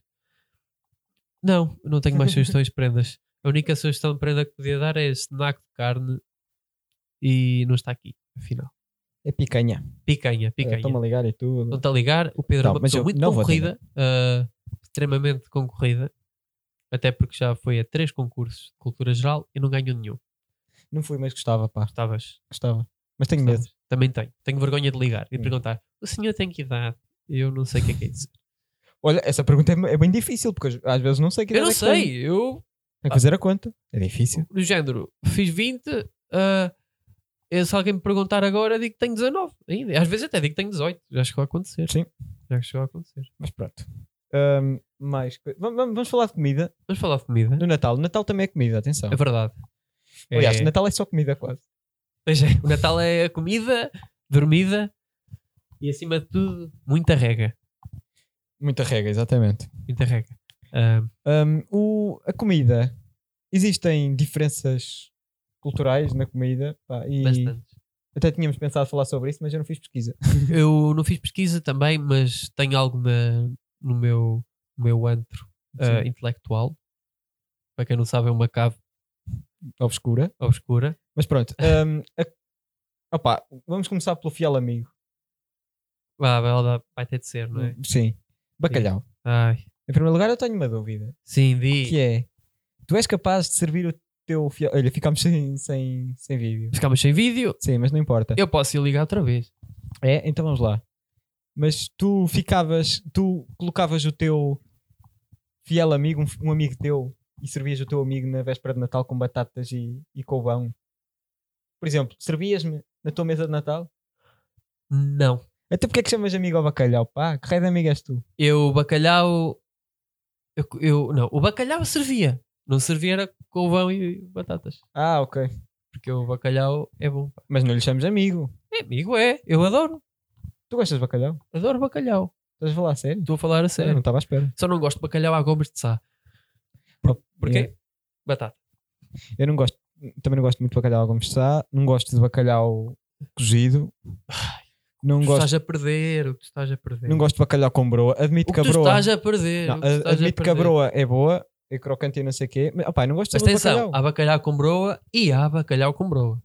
Speaker 2: Não, não tenho
Speaker 3: *laughs*
Speaker 2: mais sugestões de prendas. A única sugestão de prenda que podia dar é esse naco de carne e não está aqui, afinal.
Speaker 3: É picanha.
Speaker 2: Picanha, picanha.
Speaker 3: Estão-me a ligar e tudo.
Speaker 2: Estão-te a ligar. O Pedro é
Speaker 3: Não,
Speaker 2: uma
Speaker 3: mas
Speaker 2: pessoa
Speaker 3: eu
Speaker 2: muito
Speaker 3: não vou
Speaker 2: concorrida, ah, extremamente concorrida, até porque já foi a três concursos de cultura geral e não ganhou nenhum.
Speaker 3: Não fui, mas gostava, pá.
Speaker 2: Gostavas?
Speaker 3: Gostava. Mas tenho medo.
Speaker 2: Gostavas? Também tenho. Tenho vergonha de ligar e de
Speaker 3: Hum.
Speaker 2: perguntar: o senhor tem que idade? Eu não sei o que é que é isso.
Speaker 3: Olha, essa pergunta é, é bem difícil porque às vezes não sei que
Speaker 2: eu
Speaker 3: idade
Speaker 2: não
Speaker 3: é que tenho.
Speaker 2: sei. Eu,
Speaker 3: Tem que fazer a conta. É difícil.
Speaker 2: do género, fiz 20. ah, eu, se alguém me perguntar agora, digo que tenho 19. Ainda. Às vezes até digo que tenho 18. Já chegou a acontecer.
Speaker 3: Sim.
Speaker 2: Já chegou a acontecer.
Speaker 3: Mas pronto. Ahm, mais coi- Vam- vam- Vamos falar de comida
Speaker 2: Vamos falar de comida.
Speaker 3: no Natal. Natal também é comida, atenção.
Speaker 2: É verdade.
Speaker 3: Aliás,
Speaker 2: É-
Speaker 3: Natal é só comida quase.
Speaker 2: Pois é, o Natal é a comida, dormida e acima de tudo, muita rega.
Speaker 3: Muita regra, exatamente.
Speaker 2: Muita rega. Ah,
Speaker 3: Ahm, o, a comida. Existem diferenças culturais na comida. pá, e
Speaker 2: bastante.
Speaker 3: até tínhamos pensado falar sobre isso, mas eu não fiz pesquisa.
Speaker 2: Eu não fiz pesquisa também, mas tenho algo na- no meu, no meu antro ah,
Speaker 3: Sim.
Speaker 2: intelectual. Para quem não sabe, é uma cave
Speaker 3: Obscura.
Speaker 2: obscura.
Speaker 3: Mas pronto. ahm, a- opá, vamos começar pelo fiel amigo.
Speaker 2: Vá, Ah, vai, lá- vai ter de ser, não é?
Speaker 3: Sim. Bacalhau.
Speaker 2: Ai,
Speaker 3: Em primeiro lugar, eu tenho uma dúvida.
Speaker 2: sim, di.
Speaker 3: Que é, tu és capaz de servir o teu fiel... Olha, ficámos sem, sem, sem vídeo.
Speaker 2: Ficámos sem vídeo.
Speaker 3: Sim, mas não importa.
Speaker 2: Eu posso ir ligar outra vez.
Speaker 3: É, então vamos lá. Mas tu ficavas... Tu colocavas o teu fiel amigo, um, f- um amigo teu, e servias o teu amigo na véspera de Natal com batatas e, e coubão. Por exemplo, servias-me na tua mesa de Natal?
Speaker 2: Não.
Speaker 3: Até porque é que chamas amigo ao bacalhau, pá? Que raio de amigo és tu?
Speaker 2: Eu, o bacalhau. Eu, eu- não, o bacalhau servia. Não servia era com vão e batatas.
Speaker 3: Ah, ok.
Speaker 2: Porque o bacalhau é bom.
Speaker 3: Mas não lhe chamas amigo.
Speaker 2: É, amigo, é. Eu adoro.
Speaker 3: Tu gostas de bacalhau?
Speaker 2: Adoro bacalhau.
Speaker 3: Estás a falar a sério?
Speaker 2: Estou a falar a
Speaker 3: Eu não
Speaker 2: sério.
Speaker 3: estava à espera.
Speaker 2: Só não gosto de bacalhau à gomas de sá. Porquê?
Speaker 3: Yeah.
Speaker 2: Batata.
Speaker 3: Eu não gosto, também não gosto muito de bacalhau a gomes de sá, não gosto de bacalhau cozido, não
Speaker 2: Tu
Speaker 3: gosto,
Speaker 2: estás a perder. O que tu estás a perder.
Speaker 3: não gosto de bacalhau com broa, admito
Speaker 2: o
Speaker 3: que
Speaker 2: que tu
Speaker 3: a broa,
Speaker 2: estás a perder.
Speaker 3: não,
Speaker 2: o que tu estás a
Speaker 3: admito que a
Speaker 2: perder.
Speaker 3: broa é boa, é crocante e não sei o quê, mas opá, eu não gosto de
Speaker 2: Mas
Speaker 3: sabor de
Speaker 2: atenção,
Speaker 3: bacalhau.
Speaker 2: há bacalhau com broa e há bacalhau com broa.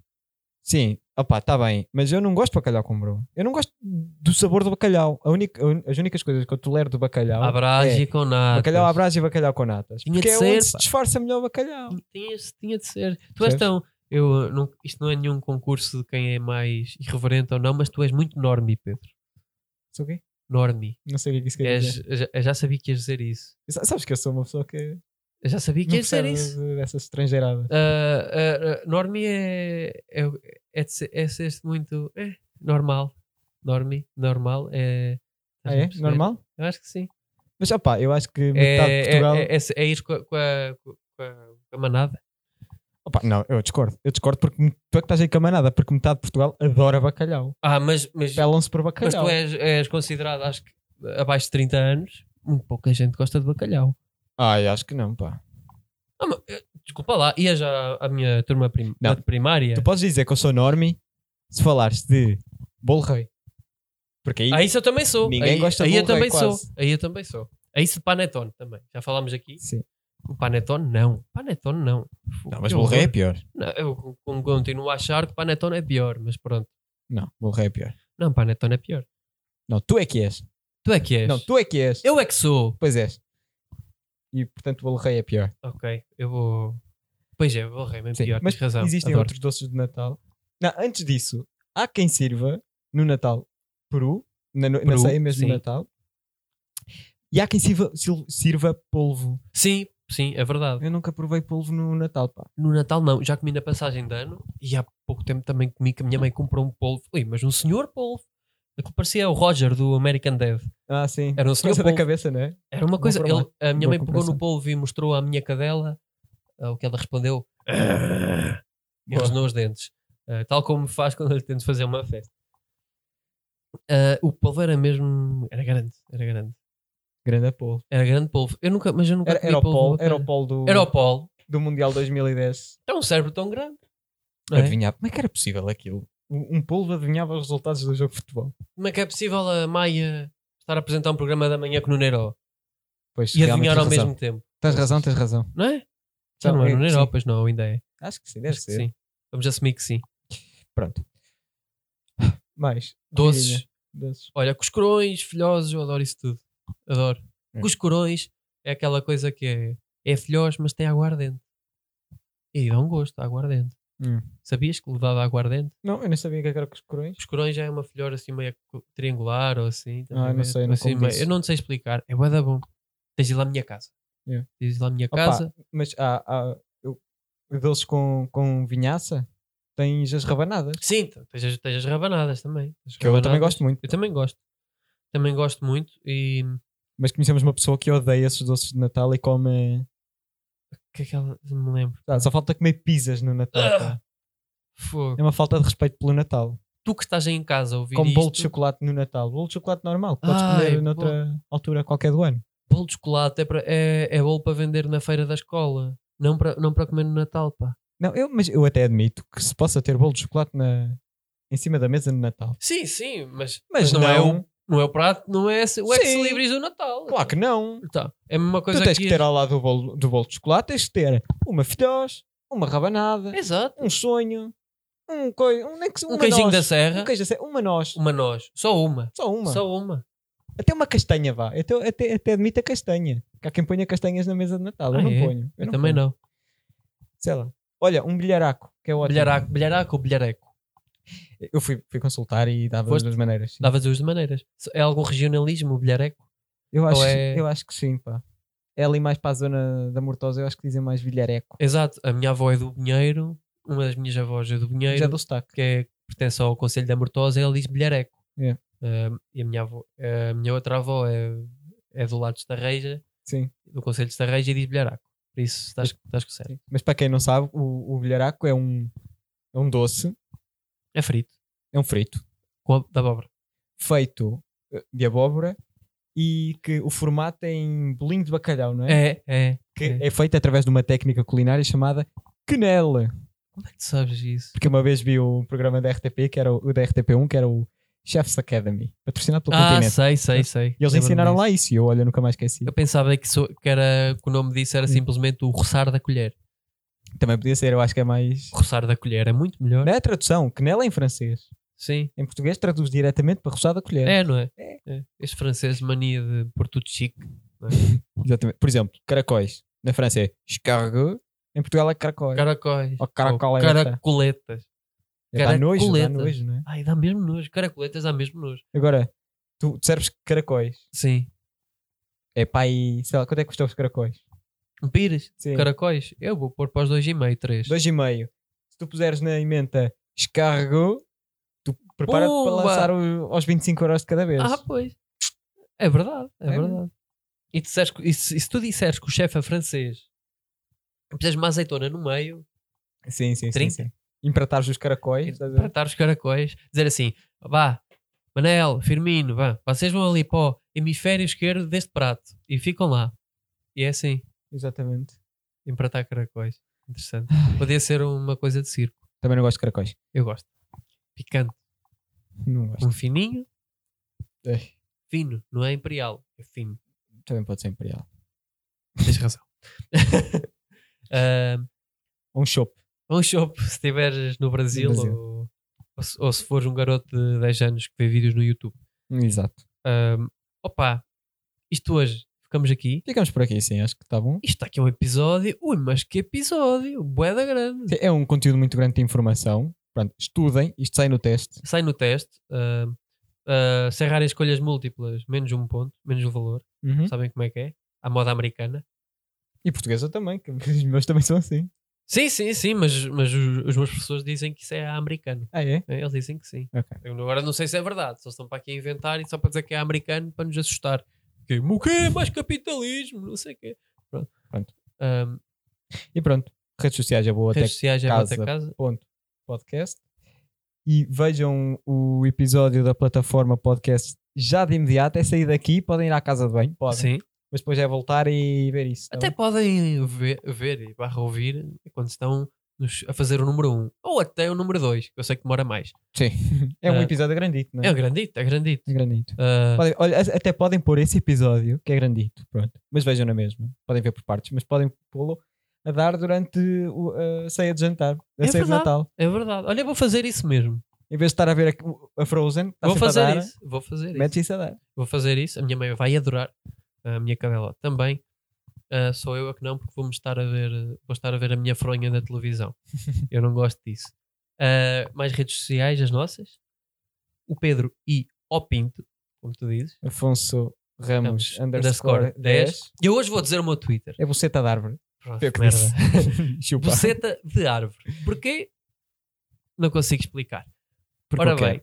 Speaker 3: Sim, opá, está bem, mas eu não gosto de bacalhau com broa, eu não gosto do sabor do bacalhau, a única, as únicas coisas que eu tolero do bacalhau
Speaker 2: À brás
Speaker 3: é
Speaker 2: e com nada.
Speaker 3: bacalhau à brás e bacalhau com natas,
Speaker 2: Tinha
Speaker 3: porque
Speaker 2: de
Speaker 3: é
Speaker 2: ser,
Speaker 3: onde se
Speaker 2: pá.
Speaker 3: disfarça melhor o bacalhau.
Speaker 2: Tinha, tinha de ser. Tu és
Speaker 3: Percebes?
Speaker 2: tão. Eu, uh, não, isto não é nenhum concurso de quem é mais irreverente ou não, mas tu és muito normie, Pedro.
Speaker 3: Sou o quê?
Speaker 2: Normie.
Speaker 3: Não sei o que é que isso quer
Speaker 2: És,
Speaker 3: dizer.
Speaker 2: eu já- eu já sabia que ias dizer isso.
Speaker 3: Sa- Sabes que eu sou uma pessoa que
Speaker 2: Eu já sabia que
Speaker 3: não
Speaker 2: ias dizer
Speaker 3: percebe
Speaker 2: isso.
Speaker 3: de- dessa estrangeirada.
Speaker 2: Ah, ah, ah, normie é, é, é, de ser, é de ser muito. É, normal. Normie, normal. É, estás
Speaker 3: Ah,
Speaker 2: a
Speaker 3: é?
Speaker 2: perceber?
Speaker 3: Normal?
Speaker 2: Eu acho que sim.
Speaker 3: Mas opá, eu acho que metade de
Speaker 2: É, é,
Speaker 3: Portugal.
Speaker 2: é, é- é ir com a, com a- com a- com a manada.
Speaker 3: Opá, não, eu discordo. Eu discordo porque me- tu é que estás aí com a manada, porque metade de Portugal adora bacalhau.
Speaker 2: Ah, mas, mas
Speaker 3: Pelam-se por
Speaker 2: Mas
Speaker 3: bacalhau.
Speaker 2: tu és, és considerado, acho que abaixo de 30 anos, muito pouca gente gosta de bacalhau.
Speaker 3: Ai, acho que não, pá.
Speaker 2: Ah, mas, eh, desculpa lá, ia já à minha turma prim-
Speaker 3: Não.
Speaker 2: de primária.
Speaker 3: Tu podes dizer que eu sou norme se falares de bolo rei. Porque aí.
Speaker 2: Ah, isso eu também sou.
Speaker 3: Ninguém
Speaker 2: aí,
Speaker 3: gosta de
Speaker 2: aí eu
Speaker 3: bolo rei,
Speaker 2: também sou.
Speaker 3: quase.
Speaker 2: Aí eu também sou. Aí isso de panetone também. Já falámos aqui.
Speaker 3: Sim.
Speaker 2: O panetone não. Panetone não.
Speaker 3: Não, mas
Speaker 2: Que
Speaker 3: bolo rei é
Speaker 2: horror.
Speaker 3: pior.
Speaker 2: Não, eu con- continuo a achar que panetone é pior, mas pronto.
Speaker 3: Não, bolo rei é pior.
Speaker 2: Não, panetone é pior.
Speaker 3: Não, tu é que és.
Speaker 2: Tu é que és.
Speaker 3: Não, tu é que és.
Speaker 2: Eu é que sou.
Speaker 3: Pois és. E portanto, bolo rei é pior.
Speaker 2: Ok, eu vou. Pois é, bolo rei, é
Speaker 3: Sim,
Speaker 2: pior.
Speaker 3: mas
Speaker 2: tens razão.
Speaker 3: Existem
Speaker 2: Adoro.
Speaker 3: outros doces de Natal. Não, antes disso, há quem sirva no Natal peru, na, no- na
Speaker 2: Peru,
Speaker 3: ceia mesmo
Speaker 2: sim.
Speaker 3: de Natal. E há quem sirva, sil- sirva polvo.
Speaker 2: Sim, sim, é verdade.
Speaker 3: Eu nunca provei polvo no Natal, pá.
Speaker 2: No Natal não, já comi na passagem de ano e há pouco tempo também comi que a minha mãe comprou um polvo. Ui, mas um senhor polvo. Aquilo parecia o Roger do American Dev.
Speaker 3: Ah, sim.
Speaker 2: Era um senhor
Speaker 3: Coisa da
Speaker 2: polvo.
Speaker 3: cabeça, não é?
Speaker 2: Era uma
Speaker 3: Bom
Speaker 2: coisa.
Speaker 3: trabalho.
Speaker 2: ele- a minha
Speaker 3: Boa
Speaker 2: mãe pegou
Speaker 3: comparação.
Speaker 2: no polvo e mostrou à minha cadela ah, o que ela respondeu.
Speaker 3: Ah.
Speaker 2: E
Speaker 3: Boa.
Speaker 2: rosnou os dentes. Ah, tal como faz quando eu tento fazer uma festa. Ah, o polvo era mesmo. Era grande. Era grande.
Speaker 3: Grande polvo.
Speaker 2: Era grande polvo. Eu nunca, mas eu nunca
Speaker 3: Era,
Speaker 2: comi
Speaker 3: era o
Speaker 2: polvo.
Speaker 3: polo, era o polo do,
Speaker 2: Era o polo.
Speaker 3: do Mundial 2010.
Speaker 2: É um cérebro tão grande. não é?
Speaker 3: Adivinhava. Como é que era possível aquilo? Um um polvo adivinhava os resultados do jogo de futebol.
Speaker 2: Como é que é possível a Maia estar a apresentar um programa da manhã com o Neiro
Speaker 3: Pois,
Speaker 2: e
Speaker 3: realmente
Speaker 2: adivinhar ao
Speaker 3: tens razão.
Speaker 2: mesmo tempo?
Speaker 3: Tens razão, tens razão.
Speaker 2: Não é? Já não é
Speaker 3: é-
Speaker 2: no Neiro,
Speaker 3: sim.
Speaker 2: pois não, ainda é.
Speaker 3: Acho que sim, deve
Speaker 2: Acho que
Speaker 3: ser.
Speaker 2: sim. Vamos assumir que sim.
Speaker 3: Pronto. Mais.
Speaker 2: Doces.
Speaker 3: Comidinha. Doces.
Speaker 2: Olha, cuscurões, filhosos, eu adoro isso tudo. Adoro.
Speaker 3: É.
Speaker 2: Cuscurões é aquela coisa que é, é filhós, mas tem aguardente. E dá um gosto, aguardente.
Speaker 3: Hum.
Speaker 2: Sabias que levava aguardente?
Speaker 3: Não, eu não sabia o que era com os corões.
Speaker 2: Cuscurões já é uma filhora assim meio triangular ou assim. estás
Speaker 3: Ah,
Speaker 2: a
Speaker 3: não
Speaker 2: ver?
Speaker 3: sei, não
Speaker 2: assim,
Speaker 3: como
Speaker 2: meio-
Speaker 3: disso.
Speaker 2: Eu não sei explicar. É bué da bom. Tens de ir lá à minha casa.
Speaker 3: Yeah.
Speaker 2: Tens de ir lá à minha
Speaker 3: É. Opa,
Speaker 2: casa.
Speaker 3: Mas há, há eu- doces com, com vinhaça, tens as rabanadas.
Speaker 2: Sim, então, tens, as- tens as rabanadas também. As
Speaker 3: Que eu também
Speaker 2: rabanadas.
Speaker 3: gosto muito.
Speaker 2: Eu também gosto. Também gosto muito e
Speaker 3: Mas conhecemos uma pessoa que odeia esses doces de Natal e come.
Speaker 2: que é que ela. Não me lembro.
Speaker 3: Ah, só falta comer pizzas no Natal. pá.
Speaker 2: Fogo.
Speaker 3: É uma falta de respeito pelo Natal.
Speaker 2: Tu que estás aí em casa a ouvir
Speaker 3: Como bolo de
Speaker 2: isto,
Speaker 3: chocolate no Natal. Bolo de chocolate normal, que podes
Speaker 2: Ai,
Speaker 3: comer noutra altura qualquer do ano.
Speaker 2: bolo de chocolate é, para, é, é bolo para vender na feira da escola. Não para, não para comer no Natal, pá.
Speaker 3: Não, eu, mas eu até admito que se possa ter bolo de chocolate na, em cima da mesa no Natal.
Speaker 2: Sim, sim, mas,
Speaker 3: Mas,
Speaker 2: não,
Speaker 3: não, um-
Speaker 2: é o, não é o prato, não é esse- o
Speaker 3: Sim.
Speaker 2: ex-libris do Natal.
Speaker 3: Claro que não.
Speaker 2: Então, é a mesma coisa
Speaker 3: tu tens que
Speaker 2: aqui.
Speaker 3: ter ao lado do bolo, do bolo de chocolate, tens que ter uma filhós, uma rabanada,
Speaker 2: Exato.
Speaker 3: um sonho, um coi, um, nem que-
Speaker 2: É Um
Speaker 3: uma
Speaker 2: queijinho
Speaker 3: noz.
Speaker 2: da serra,
Speaker 3: Um queijo da serra, uma noz.
Speaker 2: uma noz. Só uma.
Speaker 3: Só uma.
Speaker 2: Só uma.
Speaker 3: Até uma castanha, vá. Até, até, até admito a castanha. Que há quem ponha castanhas na mesa de Natal.
Speaker 2: Ah,
Speaker 3: eu não
Speaker 2: é?
Speaker 3: ponho.
Speaker 2: Eu
Speaker 3: não
Speaker 2: também
Speaker 3: ponho.
Speaker 2: não.
Speaker 3: Sei lá. Olha, um bilharaco, que é ótimo.
Speaker 2: Bilharaco, bilharaco ou bilhareco?
Speaker 3: Eu fui, fui consultar e dava
Speaker 2: Foste?
Speaker 3: das duas maneiras. sim.
Speaker 2: Dava duas maneiras. É algum regionalismo o bilhareco?
Speaker 3: Eu, acho,
Speaker 2: é-
Speaker 3: eu acho que sim, pá. É ali mais para a zona da Mortosa, eu acho que dizem mais bilhareco.
Speaker 2: Exato. A minha avó é do Binheiro. Uma das minhas avós é do Binheiro.
Speaker 3: Já dou sotaque.
Speaker 2: que é, pertence ao Conselho da Mortosa, ela diz bilhareco.
Speaker 3: É.
Speaker 2: Ah, e a minha, avó, a minha outra avó é, é do lado de Estarreja,
Speaker 3: Sim,
Speaker 2: do Conselho de Estarreja, e diz bilharaco. Por isso estás, estás com certo.
Speaker 3: sim. Mas para quem não sabe, o, o bilharaco é um, é um doce,
Speaker 2: É frito,
Speaker 3: é um frito,
Speaker 2: com a, da abóbora.
Speaker 3: feito eh, de abóbora e que o formato é em bolinho de bacalhau, não é?
Speaker 2: É, é.
Speaker 3: que é feito através de uma técnica culinária chamada quenelle.
Speaker 2: Como é que tu sabes isso?
Speaker 3: Porque uma vez vi um programa da RTP, que era o, o da RTP1, que era o Chef's Academy, patrocinado pelo
Speaker 2: Ah,
Speaker 3: Continente.
Speaker 2: sei, sei, sei.
Speaker 3: E eles
Speaker 2: Lembro-me
Speaker 3: ensinaram
Speaker 2: disso.
Speaker 3: lá isso, e É eu, olha, nunca mais esqueci.
Speaker 2: Eu pensava que, sou- que era, que o nome disso era
Speaker 3: Hum.
Speaker 2: simplesmente o roçar da colher.
Speaker 3: Também podia ser, eu acho que é mais.
Speaker 2: Roçar da colher é muito melhor.
Speaker 3: Não é a tradução, quenelle é em francês.
Speaker 2: Sim.
Speaker 3: Em português traduz diretamente para roçada colher.
Speaker 2: É, não é? É. Este francês de mania de pôr tudo chique.
Speaker 3: Exatamente. Por exemplo, caracóis. Na França é escargot, em Portugal é caracóis.
Speaker 2: Caracóis.
Speaker 3: Ou caracol é esta.
Speaker 2: caracoletas.
Speaker 3: É, dá nojo, dá
Speaker 2: caracoleta.
Speaker 3: nojo, não é?
Speaker 2: Ai, dá mesmo nojo. Caracoletas dá mesmo nojo.
Speaker 3: Agora, tu serves caracóis.
Speaker 2: Sim.
Speaker 3: É pá, e sei lá, quanto é que custou os caracóis?
Speaker 2: Um Pires,
Speaker 3: Sim.
Speaker 2: caracóis. Eu vou pôr para os 2,5, 3.
Speaker 3: dois e meio. Se tu puseres na emenda escargo, tu prepara-te para
Speaker 2: Pumba!
Speaker 3: lançar o, aos 25 euros de cada vez.
Speaker 2: Ah, pois. É verdade, é,
Speaker 3: É
Speaker 2: verdade. E, disseres que- e se, e se tu disseres que o chefe é francês e puseres uma azeitona no meio
Speaker 3: sim, sim, sim,
Speaker 2: 30.
Speaker 3: sim. Empratares os caracóis. estás a ver?
Speaker 2: para estar os caracóis, dizer assim: vá, Manel, Firmino, vá, vocês vão ali para o hemisfério esquerdo deste prato e ficam lá. E é assim,
Speaker 3: Exatamente.
Speaker 2: empratar caracóis. Interessante. Podia ser uma coisa de circo.
Speaker 3: Também não gosto de caracóis.
Speaker 2: Eu gosto. Picante.
Speaker 3: Não gosto.
Speaker 2: Um fininho,
Speaker 3: Ai,
Speaker 2: fino, não é imperial, é fino.
Speaker 3: Também pode ser imperial.
Speaker 2: Tens razão. *laughs* Ah,
Speaker 3: Um chope.
Speaker 2: um chope, se estiveres no Brasil,
Speaker 3: No Brasil.
Speaker 2: Ou, ou se- ou se fores um garoto de 10 anos que vê vídeos no YouTube.
Speaker 3: Exato.
Speaker 2: Opa, isto hoje, ficamos aqui.
Speaker 3: Ficamos por aqui, sim, acho que está bom.
Speaker 2: Isto aqui é um episódio, ui, mas que episódio, bué da grande.
Speaker 3: É um conteúdo muito grande de informação. Pronto, estudem, isto sai no teste.
Speaker 2: Sai no teste, ah, ah, se errarem escolhas múltiplas, menos um ponto, menos o valor,
Speaker 3: Hum?
Speaker 2: sabem como é que é? À moda americana.
Speaker 3: E portuguesa também, que *laughs* os meus também são assim.
Speaker 2: Sim, sim, sim, mas, mas os, os meus professores dizem que isso é americano.
Speaker 3: Ah, é?
Speaker 2: É, Eles dizem que sim.
Speaker 3: Ok.
Speaker 2: Eu agora não sei se é verdade, só estão para aqui a inventar e só para dizer que é americano para nos assustar. Que, o quê? Mais capitalismo, não sei o quê. Pronto.
Speaker 3: Pronto.
Speaker 2: Ahm,
Speaker 3: E pronto, redes sociais é boa até
Speaker 2: redes sociais é
Speaker 3: casa.
Speaker 2: até casa.
Speaker 3: ponto podcast e vejam o episódio da plataforma podcast já de imediato. É sair daqui, podem ir à casa de banho, podem,
Speaker 2: Sim.
Speaker 3: mas depois é voltar e ver isso. tá
Speaker 2: Até
Speaker 3: bem?
Speaker 2: podem ver, ver e barra ouvir quando estão nos- a fazer o número 1. Um. Ou até o número 2, que eu sei que demora mais.
Speaker 3: é um
Speaker 2: Ah.
Speaker 3: episódio grandito, não é?
Speaker 2: É grandito, é grandito.
Speaker 3: É grandito.
Speaker 2: Ah,
Speaker 3: Podem- olha, a- até podem pôr esse episódio, que é grandito, pronto, mas vejam na mesma. Podem ver por partes, mas podem pô-lo a dar durante o- a ceia de jantar, a
Speaker 2: É
Speaker 3: ceia de
Speaker 2: verdade.
Speaker 3: Natal.
Speaker 2: é verdade. Olha, eu vou fazer isso mesmo.
Speaker 3: Em vez de estar a ver a, o- a Frozen, está
Speaker 2: Vou
Speaker 3: sempre a
Speaker 2: fazer
Speaker 3: dar,
Speaker 2: isso. Vou fazer isso.
Speaker 3: mete isso a dar.
Speaker 2: Vou fazer isso. A minha mãe vai adorar. A minha cadela também. Ah, sou eu a que não, porque vou-me estar a ver, vou estar a ver a minha fronha na
Speaker 3: *laughs*
Speaker 2: televisão. eu não gosto disso. Ah, mais redes sociais, as nossas. O Pedro e o Pinto, como tu dizes.
Speaker 3: Afonso Ramos,
Speaker 2: Ramos,
Speaker 3: underscore,
Speaker 2: underscore, 10.
Speaker 3: 10.
Speaker 2: E eu hoje vou dizer o meu Twitter.
Speaker 3: É buceta de árvore.
Speaker 2: Pronto,
Speaker 3: Foi o que
Speaker 2: merda.
Speaker 3: disse. *laughs* Chupa.
Speaker 2: Buceta de árvore. Porquê? Não consigo explicar.
Speaker 3: Porque
Speaker 2: Ora
Speaker 3: eu quero.
Speaker 2: bem,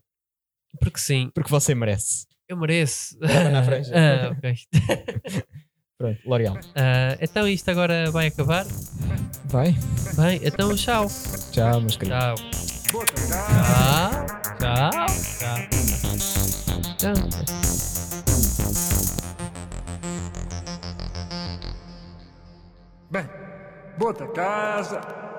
Speaker 2: porque sim,
Speaker 3: Porque você merece.
Speaker 2: Eu mereço.
Speaker 3: Estava na franja.
Speaker 2: *laughs* Ah, ok.
Speaker 3: Pronto, L'Oreal.
Speaker 2: Ah, então isto agora vai acabar.
Speaker 3: Vai.
Speaker 2: Bem, então tchau.
Speaker 3: Tchau, meus queridos.
Speaker 2: Tchau.
Speaker 1: Bota casa.
Speaker 2: Tchau. Tchau. Tchau. Tchau.
Speaker 1: Bem, bota casa.